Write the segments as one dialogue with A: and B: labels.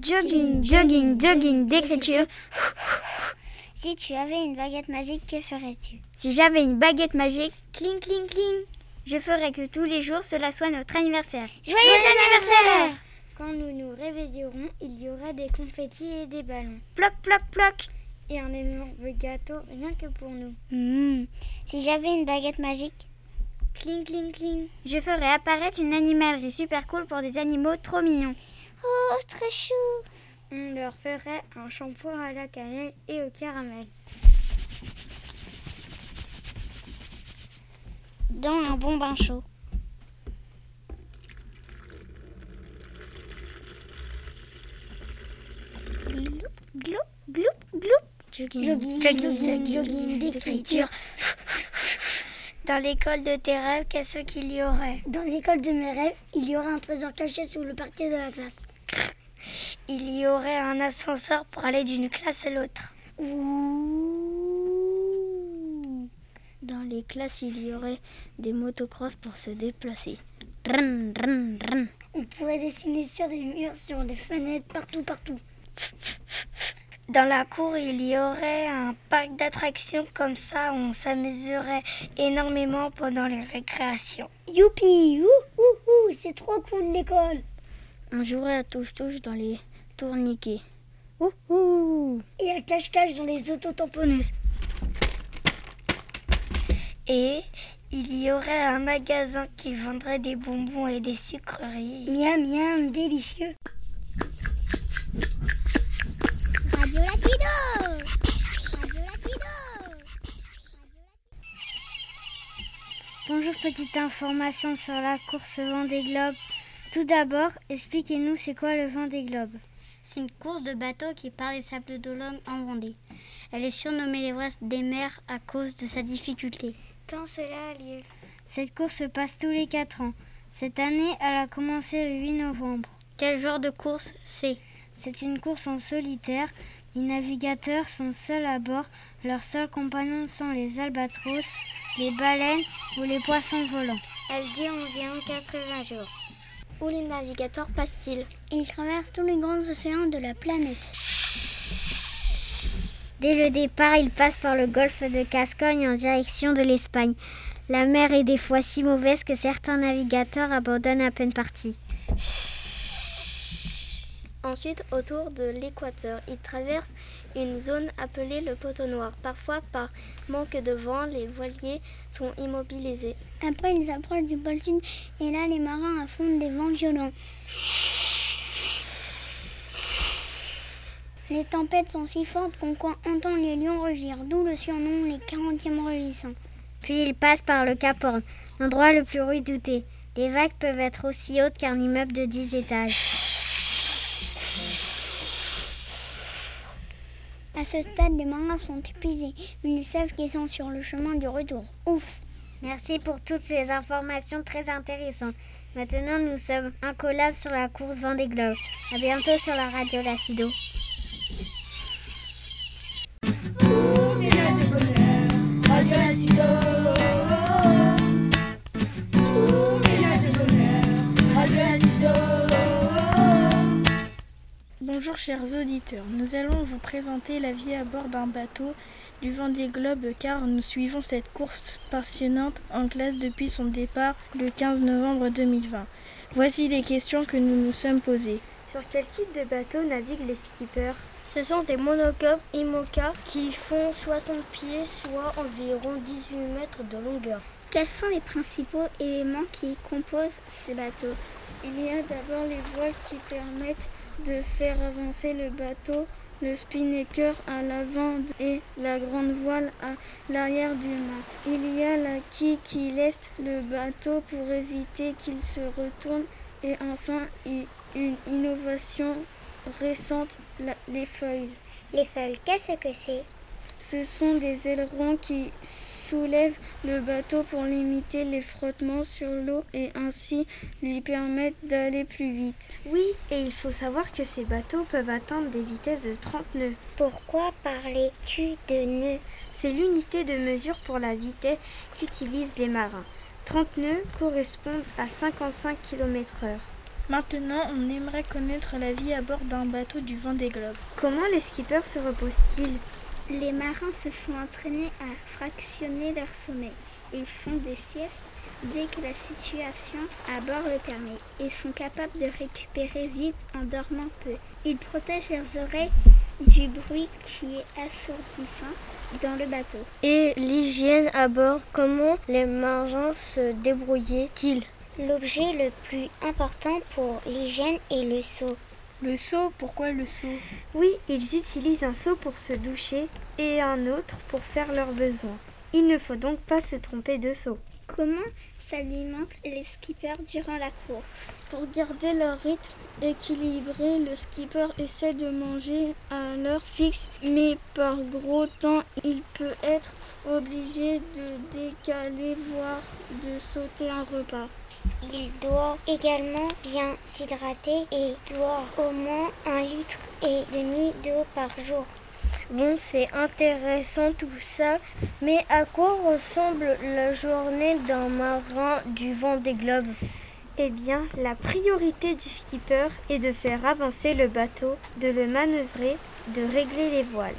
A: jogging, jogging, jogging d'écriture.
B: Si tu avais une baguette magique, que ferais-tu
A: Si j'avais une baguette magique, cling, cling, cling, je ferais que tous les jours cela soit notre anniversaire.
B: Joyeux, anniversaire
C: Quand nous nous réveillerons, il y aura des confettis et des ballons.
A: Ploc, ploc, ploc.
C: Et un énorme gâteau rien que pour nous.
B: Mmh. Si j'avais une baguette magique,
C: Cling, cling, cling.
A: Je ferais apparaître une animalerie super cool pour des animaux trop mignons.
B: oh, trop chou
C: On leur ferait un shampoing à la cannelle et au caramel.
B: dans un bon bain chaud.
A: Gloup, gloup, gloup.
C: Jogging,
A: Jogging, jogging, jogging d'écriture.
B: Dans l'école de tes rêves, qu'est-ce qu'il y aurait
C: Dans l'école de mes rêves, il y aura un trésor caché sous le parquet de la classe.
B: Il y aurait un ascenseur pour aller d'une classe à l'autre.
C: Dans les classes, il y aurait des motocross pour se déplacer.
A: Run, run, run.
C: On pourrait dessiner sur les murs, sur les fenêtres, partout, partout.
B: Dans la cour, il y aurait un parc d'attractions comme ça, on s'amuserait énormément pendant les récréations.
C: Youpi Ouh, ouh, ouh, C'est trop cool l'école
A: On jouerait à touche-touche dans les tourniquets. Ouhou
C: Et à cache-cache dans les autotamponneuses.
B: Et il y aurait un magasin qui vendrait des bonbons et des sucreries.
C: Miam, miam, délicieux
B: Radio
A: Bonjour, petite information sur la course Vendée Globe. Tout d'abord, expliquez-nous c'est quoi le Vendée Globe
C: C'est une course de bateau qui part des sables d'Olonne en Vendée. Elle est surnommée l'Everest des mers à cause de sa difficulté.
B: Quand cela a lieu
A: Cette course se passe tous les 4 ans. Cette année, elle a commencé le 8 novembre.
C: Quel genre de course c'est
A: C'est une course en solitaire. Les navigateurs sont seuls à bord. Leurs seuls compagnons sont les albatros, les baleines ou les poissons volants.
C: Elle dit environ 80 jours.
A: Où les navigateurs passent-ils
C: Ils traversent tous les grands océans de la planète. Dès le départ, ils passent par le golfe de Cascogne en direction de l'Espagne. La mer est des fois si mauvaise que certains navigateurs abandonnent à peine partis.
D: Ensuite, autour de l'équateur, il traverse une zone appelée le poteau noir. Parfois, par manque de vent, les voiliers sont immobilisés.
C: Après, ils approchent du pôle Sud et là, les marins affrontent des vents violents. Les tempêtes sont si fortes qu'on co- entend les lions rugir, d'où le surnom les 40e rugissants. Puis ils passent par le Cap Horn, l'endroit le plus redouté. Les vagues peuvent être aussi hautes qu'un immeuble de 10 étages. À ce stade, les marins sont épuisés, mais ils savent qu'ils sont sur le chemin du retour. Ouf Merci pour toutes ces informations très intéressantes. Maintenant, nous sommes incollables sur la course Vendée Globe. À bientôt sur la radio Lacido.
E: Bonjour chers auditeurs, nous allons vous présenter la vie à bord d'un bateau du Vendée Globe car nous suivons cette course passionnante en classe depuis son départ le 15 novembre 2020. Voici les questions que nous nous sommes posées. Sur quel type de bateau naviguent les skippers
D: Ce sont des monocoques IMOCA qui font 60 pieds, soit environ 18 mètres de longueur.
C: Quels sont les principaux éléments qui composent ces bateaux
E: Il y a d'abord les voiles qui permettent de faire avancer le bateau, le spinnaker à l'avant et la grande voile à l'arrière du mât. Il y a la quille qui laisse le bateau pour éviter qu'il se retourne et enfin i- une innovation récente, la- les feuilles.
B: Les feuilles, qu'est-ce que c'est
E: Ce sont des ailerons qui soulèvent le bateau pour limiter les frottements sur l'eau et ainsi lui permettre d'aller plus vite.
F: Oui, et il faut savoir que ces bateaux peuvent atteindre des vitesses de 30 nœuds.
B: Pourquoi parlais-tu de nœuds
F: C'est l'unité de mesure pour la vitesse qu'utilisent les marins. 30 nœuds correspondent à 55 km/h.
G: Maintenant, on aimerait connaître la vie à bord d'un bateau du Vendée Globe.
E: Comment les skippers se reposent-ils
C: Les marins se sont entraînés à fractionner leur sommeil. Ils font des siestes dès que la situation à bord le permet et sont capables de récupérer vite en dormant peu. Ils protègent leurs oreilles du bruit qui est assourdissant dans le bateau.
H: Et l'hygiène à bord, comment les marins se débrouillaient-ils
C: L'objet le plus important pour l'hygiène est le seau.
G: Le seau, pourquoi le seau
E: Oui, ils utilisent un seau pour se doucher et un autre pour faire leurs besoins. Il ne faut donc pas se tromper de seau.
C: Comment s'alimentent les skippers durant la course
G: Pour garder leur rythme équilibré, le skipper essaie de manger à l'heure fixe, mais par gros temps, il peut être obligé de décaler, voire de sauter un repas.
C: Il doit également bien s'hydrater et doit au moins un litre et demi d'eau par jour.
H: Bon, c'est intéressant tout ça, mais à quoi ressemble la journée d'un marin du vent des globes
E: Eh bien, la priorité du skipper est de faire avancer le bateau, de le manœuvrer, de régler les voiles.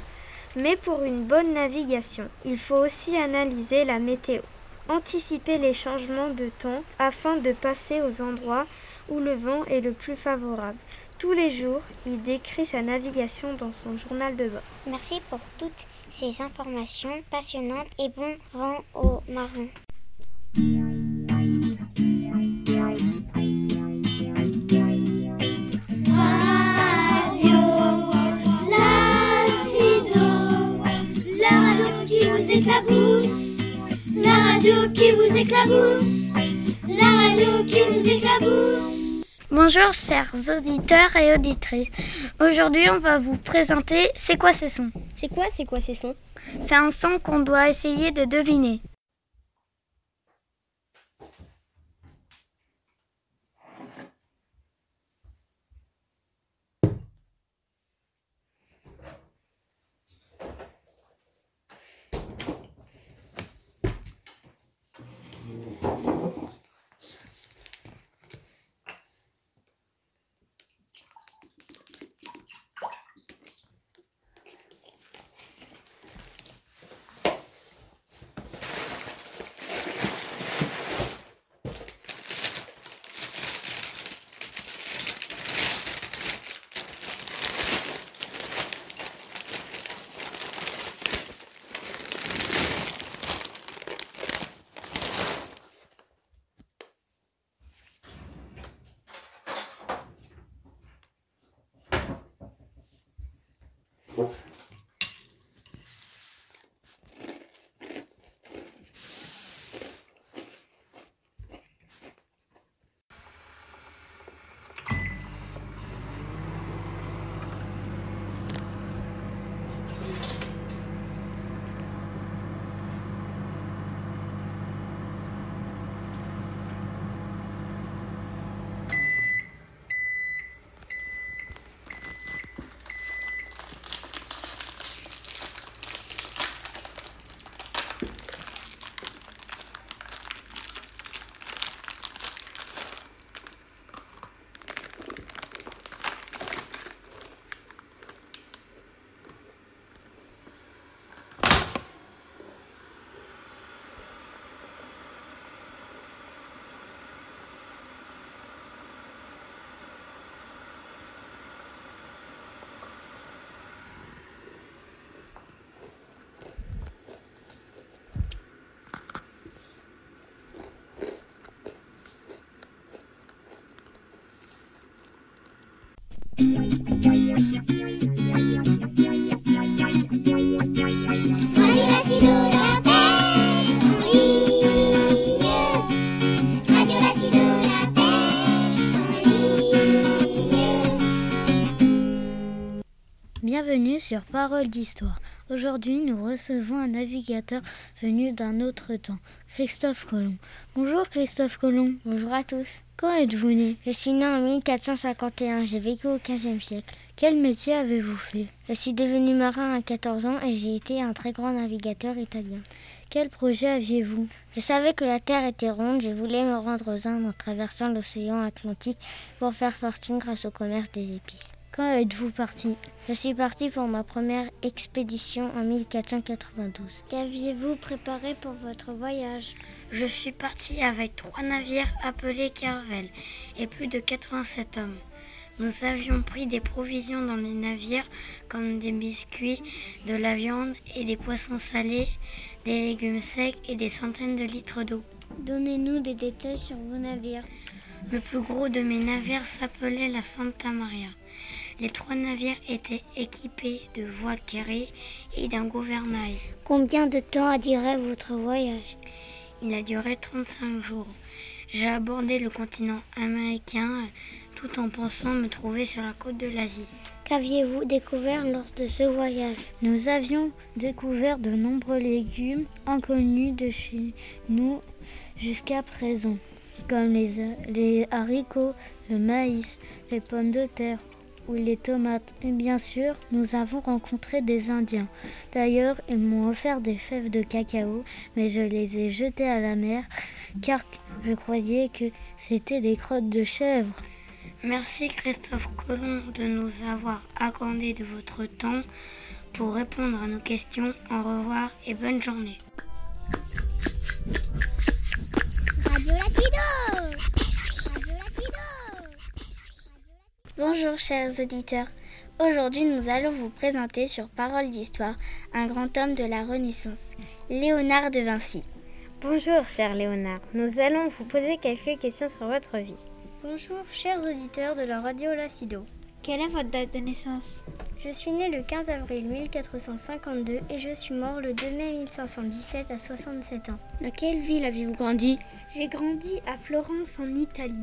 E: Mais pour une bonne navigation, il faut aussi analyser la météo, anticiper les changements de temps afin de passer aux endroits où le vent est le plus favorable. Tous les jours, il décrit sa navigation dans son journal de bord.
C: Merci pour toutes ces informations passionnantes et bon vent aux marins.
I: Radio Lacido, la radio qui vous éclabousse, la radio qui vous éclabousse, la radio qui vous éclabousse.
H: Bonjour chers auditeurs et auditrices. Aujourd'hui on va vous présenter c'est quoi ce son
C: C'est quoi, c'est quoi ces sons
H: C'est un son qu'on doit essayer de deviner. Radio Lacido la pêche en ligne. Radio Lacido la pêche en ligne.
C: Bienvenue sur Parole d'Histoire. Aujourd'hui, nous recevons un navigateur venu d'un autre temps, Christophe Colomb. Bonjour Christophe Colomb. Bonjour à tous. Quand êtes-vous né Je suis né en 1451. J'ai vécu au 15e siècle. Quel métier avez-vous fait Je suis devenu marin à 14 ans et j'ai été un très grand navigateur italien. Quel projet aviez-vous Je savais que la Terre était ronde, je voulais me rendre aux Indes en traversant l'océan Atlantique pour faire fortune grâce au commerce des épices. Quand êtes-vous parti Je suis parti pour ma première expédition en 1492.
D: Qu'aviez-vous préparé pour votre voyage
B: Je suis parti avec trois navires appelés Carvel et plus de 87 hommes. Nous avions pris des provisions dans les navires comme des biscuits, de la viande et des poissons salés, des légumes secs et des centaines de litres d'eau.
D: Donnez-nous des détails sur vos navires.
B: Le plus gros de mes navires s'appelait la Santa Maria. Les trois navires étaient équipés de voiles carrées et d'un gouvernail.
C: Combien de temps a duré votre voyage
B: Il a duré 35 jours. J'ai abordé le continent américain euh, tout en pensant me trouver sur la côte de l'Asie.
C: Qu'aviez-vous découvert lors de ce voyage Nous avions découvert de nombreux légumes inconnus de chez nous jusqu'à présent, comme les, les haricots, le maïs, les pommes de terre ou les tomates. Et bien sûr, nous avons rencontré des Indiens. D'ailleurs, ils m'ont offert des fèves de cacao, mais je les ai jetées à la mer car je croyais que c'était des crottes de chèvre.
B: Merci Christophe Colomb de nous avoir accordé de votre temps pour répondre à nos questions. Au revoir et bonne journée.
J: Radio Lacido Radio Lacido
B: Bonjour chers auditeurs. Aujourd'hui nous allons vous présenter sur Parole d'Histoire un grand homme de la Renaissance, Léonard de Vinci.
F: Bonjour cher Léonard, nous allons vous poser quelques questions sur votre vie.
C: Bonjour chers auditeurs de la radio Lacido.
K: Quelle est votre date de naissance
C: Je suis né le 15 avril 1452 et je suis mort le 2 mai 1517 à 67 ans.
K: Dans quelle ville avez-vous grandi
C: J'ai grandi à Florence en Italie.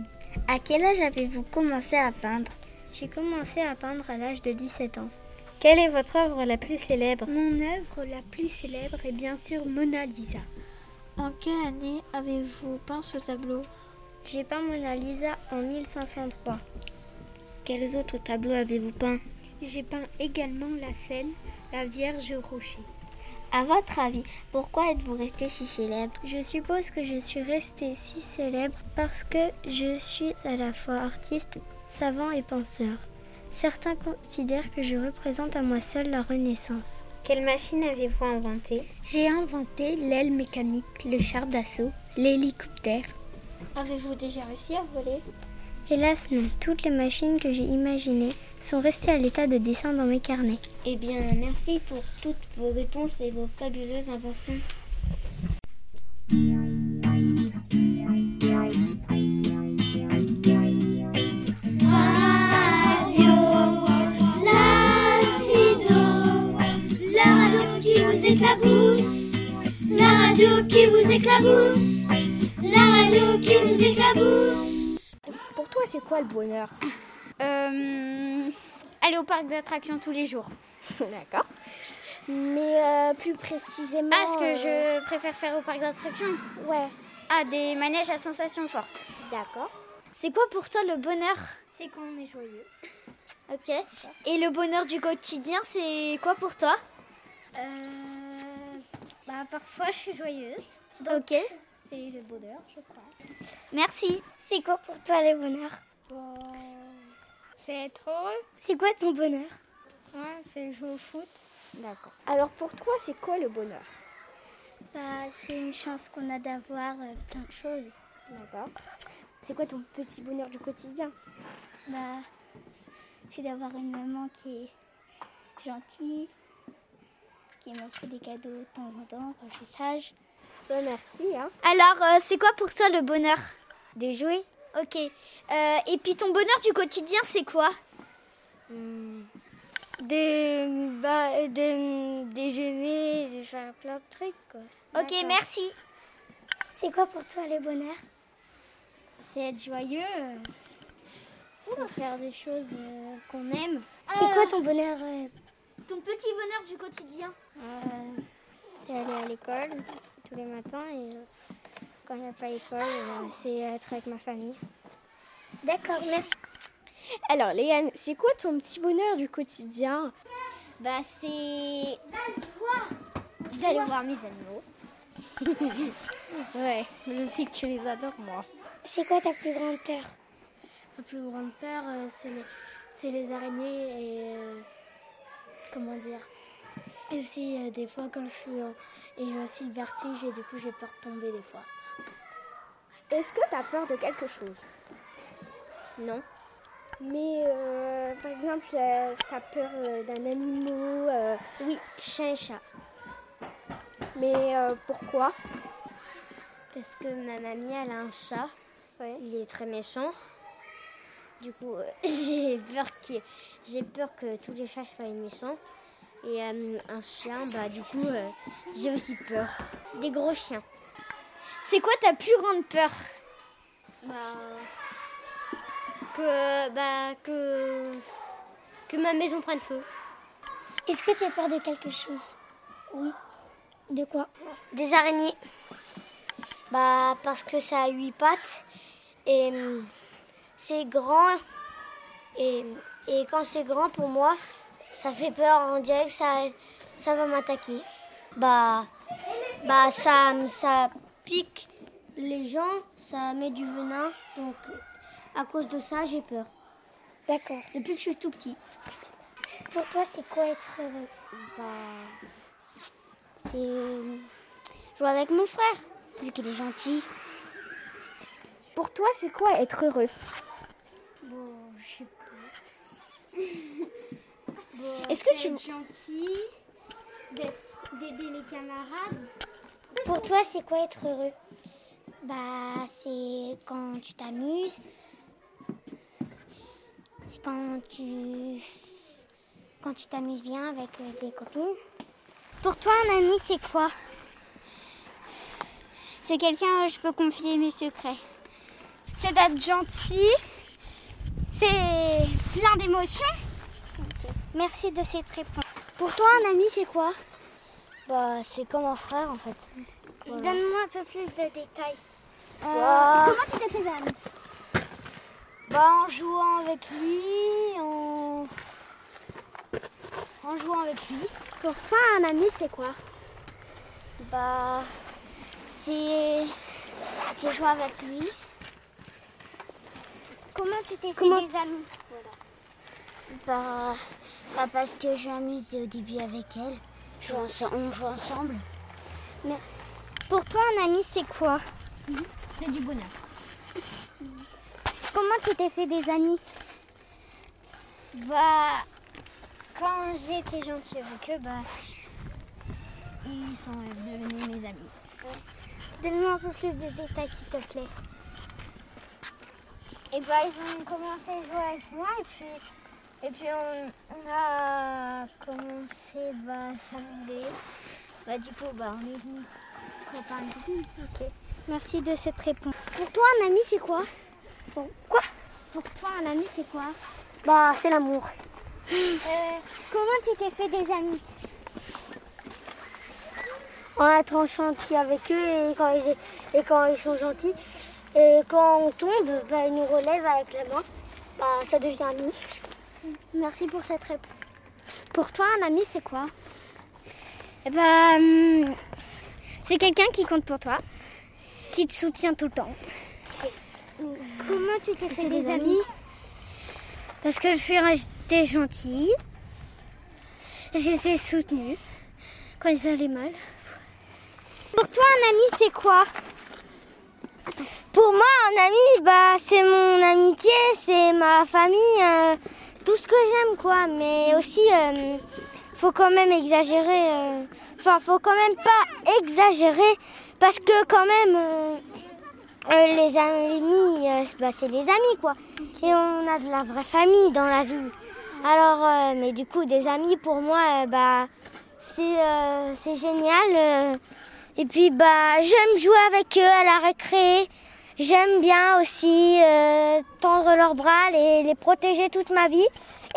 B: À quel âge avez-vous commencé à peindre
C: J'ai commencé à peindre à l'âge de 17 ans.
F: Quelle est votre œuvre la plus célèbre
K: Mon œuvre la plus célèbre est bien sûr Mona Lisa. En quelle année avez-vous peint ce tableau
C: J'ai peint Mona Lisa en 1503.
K: Quels autres tableaux avez-vous peint J'ai peint également la Seine, la Vierge au Rocher.
B: À votre avis, pourquoi êtes-vous resté si célèbre
C: Je suppose que je suis restée si célèbre parce que je suis à la fois artiste, savant et penseur. Certains considèrent que je représente à moi seul la Renaissance.
F: Quelle machine avez-vous inventée
K: J'ai inventé l'aile mécanique, le char d'assaut, l'hélicoptère.
L: Avez-vous déjà réussi à voler
C: Hélas non, toutes les machines que j'ai imaginées sont restées à l'état de dessin dans mes carnets.
D: Eh bien, merci pour toutes vos réponses et vos fabuleuses inventions.
J: Radio Lacido, la radio qui vous éclabousse, la radio qui vous éclabousse, la radio qui vous éclabousse.
L: Pour toi, c'est quoi le bonheur
I: Euh, aller au parc d'attractions tous les jours.
L: D'accord. Mais euh, plus précisément.
I: Ah, ce que
L: euh,
I: je préfère faire au parc d'attractions
L: Ouais,
I: Ah, des manèges à sensations fortes.
L: d'accord.
I: C'est quoi pour toi le bonheur
L: C'est quand on est joyeux.
I: Ok. Et le bonheur du quotidien, c'est quoi pour toi
L: Bah, parfois, je suis joyeuse.
I: Ok.
L: C'est le bonheur, je crois.
I: Merci.
L: C'est quoi pour toi le bonheur C'est être heureux. C'est quoi ton bonheur Ouais, c'est jouer au foot. D'accord. Alors pour toi, c'est quoi le bonheur
K: c'est une chance qu'on a d'avoir plein de choses.
L: D'accord. C'est quoi ton petit bonheur du quotidien
K: Bah, c'est d'avoir une maman qui est gentille, qui m'offre des cadeaux de temps en temps quand je suis sage.
L: Ouais, merci. Hein.
I: Alors, euh, c'est quoi pour toi le bonheur
K: De jouer
I: Ok. Euh, et puis ton bonheur du quotidien, c'est quoi Hmm.
C: De, bah, de déjeuner, de faire plein de trucs quoi.
I: Ok, merci.
L: C'est quoi pour toi le bonheur
C: C'est être joyeux, faire des choses
I: euh,
C: qu'on aime.
L: C'est quoi ton bonheur euh,
I: Ton petit bonheur du quotidien.
C: C'est aller à l'école tous les matins et euh, quand il n'y a pas l'école, euh, c'est être avec ma famille.
L: D'accord, merci. Alors, Léane, c'est quoi ton petit bonheur du quotidien
I: Bah, c'est. D'aller voir D'aller voir mes animaux.
M: ouais, je sais que tu les adores, moi.
N: C'est quoi ta plus grande peur
M: Ma plus grande peur, euh, c'est les, c'est les araignées et. euh, comment dire Et aussi, euh, des fois, quand je suis. en- et j'ai aussi le vertige et du coup, j'ai peur de tomber des fois.
N: Est-ce que tu as peur de quelque chose
M: Non.
N: Mais euh, par exemple, euh, si tu as peur euh, d'un animal euh, Oui, chien et chat. Mais euh, pourquoi
C: Parce que ma mamie, elle a un chat. Il est très méchant. Du coup, euh, j'ai peur que j'ai peur que tous les chats soient méchants. Et euh, un chien, bah du coup, euh, j'ai aussi peur. Des gros chiens. C'est quoi ta plus grande peur Bah, Que bah que que ma maison prenne feu.
N: Est-ce que tu as peur de quelque chose Oui. De quoi
C: Des araignées. Bah parce que ça a huit pattes et hum, c'est grand et, et quand c'est grand pour moi, ça fait peur, on dirait que ça, ça va m'attaquer. Bah bah ça ça pique les gens, ça met du venin donc à cause de ça, j'ai peur.
N: D'accord.
C: Depuis que je suis tout petit.
N: Pour toi, c'est quoi être heureux
C: Bah, c'est jouer avec mon frère, vu qu'il est gentil.
N: Pour toi, c'est quoi être heureux
C: Bon, je sais pas.
O: Est-ce que tu gentil d'aider les camarades
N: Pour toi, c'est quoi être heureux Bah, c'est quand tu t'amuses. C'est quand tu quand tu t'amuses bien avec euh, tes copines.
I: Pour toi, un ami, c'est quoi C'est quelqu'un où je peux confier mes secrets. C'est d'être gentil. C'est plein d'émotions. Merci de cette réponse. Pour toi, un ami, c'est quoi
C: Bah, c'est comme un frère en fait. Voilà.
I: Donne-moi un peu plus de détails. Euh,
C: Wow.
I: Comment tu t'es fait ami
C: Bah, en jouant avec lui, en. En jouant avec lui.
N: Pour toi, un ami, c'est quoi
C: Bah. C'est. C'est jouer avec lui.
I: Comment tu t'es fait
C: Comment
I: des amis
C: Bah. bah, parce que j'ai amusé au début avec elle. Jouer ense- on joue ensemble.
I: Pour toi, un ami, c'est quoi
C: C'est du bonheur.
I: Comment tu t'es fait des amis
C: Bah, quand j'étais gentille avec eux, bah, ils sont devenus mes amis.
I: Donne-moi un peu plus de détails, s'il te plaît. Et bah, ils ont commencé à jouer avec moi, et puis, et puis on, on a commencé bah, à s'amuser. Bah, du coup, bah, on est venus copains. Ok. Merci de cette réponse. Pour toi, un ami, c'est quoi Quoi Pour toi, un ami, c'est quoi Bah, c'est l'amour. comment tu t'es fait des amis
N: En étant gentil avec eux et quand ils, et quand ils sont gentils. Et quand on tombe, bah, ils nous relèvent avec la main. Bah, ça devient ami.
I: Merci pour cette réponse. Pour toi, un ami, c'est quoi Eh ben, hum, c'est quelqu'un qui compte pour toi, qui te soutient tout le temps. Comment tu t'es fait des amis Parce que je suis restée gentille. Je les ai soutenus quand ils allaient mal. Pour toi, un ami, c'est quoi
C: Pour moi, un ami, bah, c'est mon amitié, c'est ma famille, euh, tout ce que j'aime, quoi. Mais aussi, euh, faut quand même exagérer. euh, Enfin, faut quand même pas exagérer, parce que quand même, euh, euh, les amis, euh, c'est- bah, c'est les amis, quoi. Et on a de la vraie famille dans la vie. Alors, euh, mais du coup, des amis, pour moi, euh, bah, c'est euh, c'est génial. euh, et puis bah j'aime jouer avec eux à la récré. J'aime bien aussi euh, tendre leurs bras, les, les protéger toute ma vie.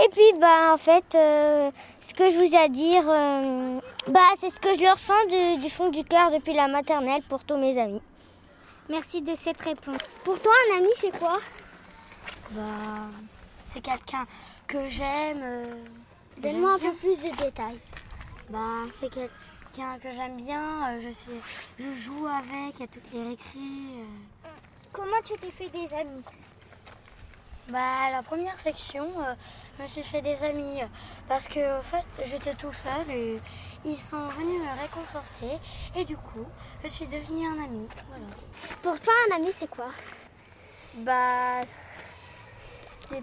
C: Et puis bah en fait euh, ce que je vous ai à dire, euh, bah c'est ce que je leur sens du, du fond du cœur depuis la maternelle pour tous mes amis.
I: Merci de cette réponse. Pour toi, un ami, c'est quoi
C: Bah c'est quelqu'un que j'aime.
B: euh,
I: Donne-moi un peu plus de détails.
C: Bah c'est quel-
B: quelqu'un que j'aime bien, euh, je, suis, je joue avec à toutes les récrés. euh.
C: Comment tu t'es fait des amis
B: Bah, la première section, euh, je me suis fait des amis euh, parce que en fait, j'étais tout seul et ils sont venus me réconforter et du coup, je suis devenue un ami. Voilà.
C: Pour toi, un ami, c'est quoi Bah. C'est.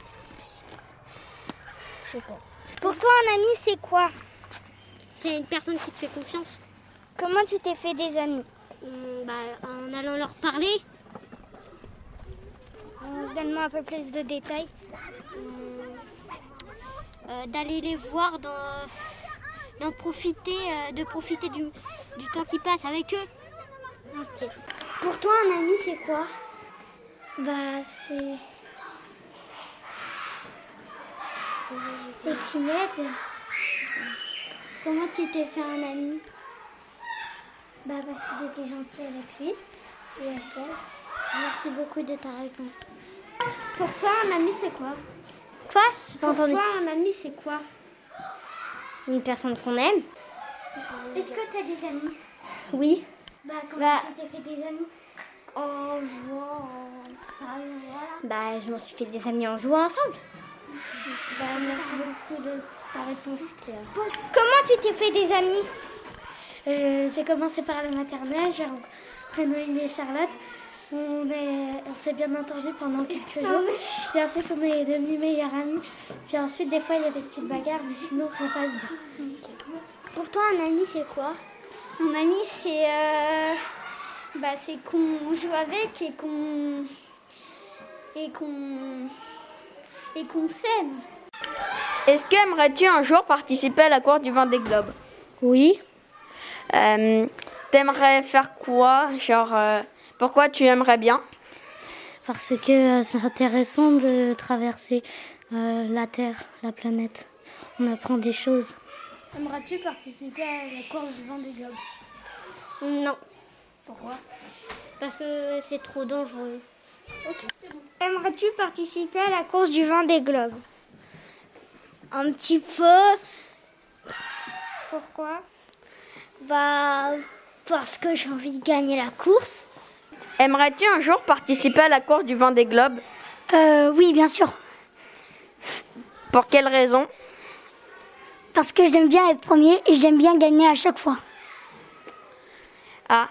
C: Je sais pas. Pour toi, un ami, c'est quoi C'est une personne qui te fait confiance. Comment tu t'es fait des amis En allant leur parler. Hum, Donne-moi un peu plus de détails. Hum, euh,
P: d'aller les voir, d'en, d'en profiter, euh, de profiter du, du temps qui passe avec eux.
C: Ok. Pour toi, un ami, c'est quoi Bah, c'est. C'est qui m'aide. Comment tu t'es fait un ami
K: Bah parce que j'étais gentille avec lui et avec elle. Merci beaucoup de ta réponse.
C: Pour toi, un ami, c'est quoi
P: Quoi J'ai pas
C: Pour
P: entendu.
C: toi, un ami, c'est quoi
P: Une personne
C: bah,
P: qu'on aime
K: Est-ce que t'as des amis
P: Oui.
K: Bah comment
P: Bah.
K: tu t'es fait des amis En jouant, en travaillant, voilà.
P: Bah, je m'en suis fait des amis en jouant ensemble.
K: Bah merci beaucoup de ta réponse.
P: Comment tu t'es fait des amis
K: Euh, j'ai commencé par la maternelle, j'ai rencontré Noémie et Charlotte. On est- on s'est bien entendu pendant quelques jours. Puis ensuite, on est devenus meilleurs amis. Puis ensuite, des fois, il y a des petites bagarres, mais sinon, ça passe bien.
C: Pour toi, un ami, c'est quoi Un ami, c'est. euh, Bah, c'est qu'on joue avec et qu'on. Et qu'on. Et qu'on s'aime.
Q: Est-ce que aimerais-tu un jour participer à la cour du Vendée Globe Oui. Euh, T'aimerais faire quoi Genre, euh, pourquoi tu aimerais bien
R: Parce que euh, c'est intéressant de traverser euh, la Terre, la planète. On apprend des choses.
S: Aimerais-tu participer à la course du Vendée Globe
P: Non.
S: Pourquoi
P: Parce que c'est trop dangereux.
C: Aimerais-tu participer à la course du vent des globes Un petit peu. Pourquoi
Q: Bah, parce que j'ai envie de gagner la course. Aimerais-tu un jour participer à la course du Vendée Globe
R: Euh, oui, bien sûr.
Q: Pour quelle raison
R: Parce que j'aime bien être premier et j'aime bien gagner à chaque fois.
Q: Ah,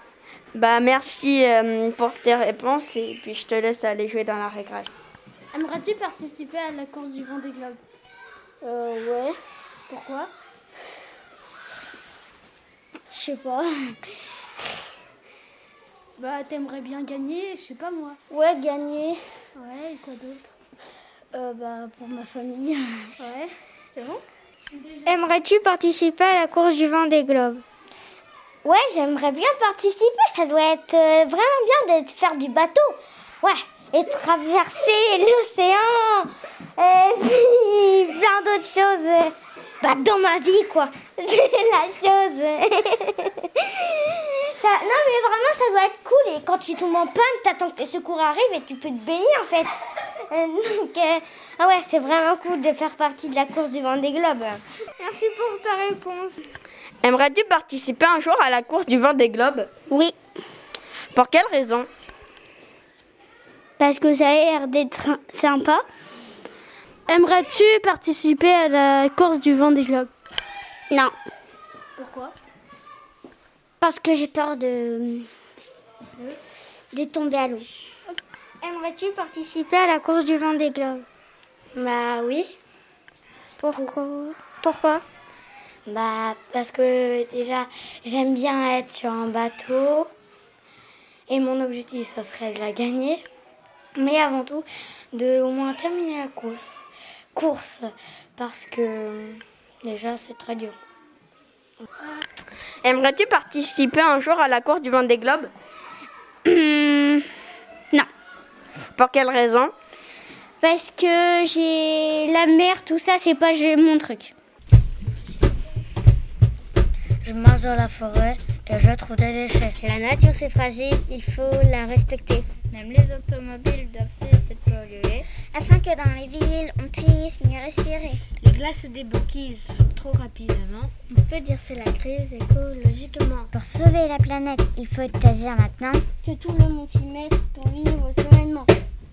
Q: bah merci euh, pour tes réponses et puis je te laisse aller jouer dans la récré.
S: Aimerais-tu participer à la course du Vendée Globe
L: Euh, ouais.
S: Pourquoi
L: Je sais pas.
S: Bah, t'aimerais bien gagner, je sais pas moi.
L: Ouais, gagner.
S: Ouais, et quoi d'autre
L: Euh, bah, pour ma famille.
S: Ouais, c'est bon
C: Aimerais-tu participer à la course du vent des globes
I: Ouais, j'aimerais bien participer. Ça doit être euh, vraiment bien de faire du bateau. Ouais, et traverser l'océan. Et puis plein d'autres choses. euh, Bah, dans ma vie, quoi. C'est la chose. Ça- non, mais vraiment, ça doit être cool. Et quand tu tombes en panne, t'attends que les secours arrivent et tu peux te baigner, en fait. Euh, donc, euh, ah ouais, c'est vraiment cool de faire partie de la course du Vendée Globe.
C: Merci pour ta réponse.
Q: Aimerais-tu participer un jour à la course du Vendée Globe
I: Oui.
Q: Pour quelle raison
I: Parce que ça a l'air d'être sympa.
S: Aimerais-tu participer à la course du Vendée Globe
I: Non.
S: Pourquoi
I: Parce que j'ai peur de.
C: De tomber à l'eau. Aimerais-tu participer à la course du vent des globes
B: Bah oui.
C: Pourquoi Pourquoi
B: Bah parce que déjà j'aime bien être sur un bateau et mon objectif ça serait de la gagner. Mais avant tout de au moins terminer la course. Course parce que déjà c'est très dur.
Q: Aimerais-tu participer un jour à la course du Vendée Globe
I: Non.
Q: Pour quelle raison
I: Parce que j'ai la mer, tout ça, c'est pas je- mon truc.
B: Je marche dans la forêt et je trouve des déchets.
C: La nature, c'est fragile, il faut la respecter.
P: Même les automobiles doivent cesser de polluer.
C: Afin que dans les villes, on puisse mieux respirer.
A: Les glaces se débloquisent.
C: trop rapidement.
I: On peut dire c'est la crise écologiquement. Pour sauver la planète, il faut agir maintenant.
T: Que tout le monde s'y mette pour vivre sereinement.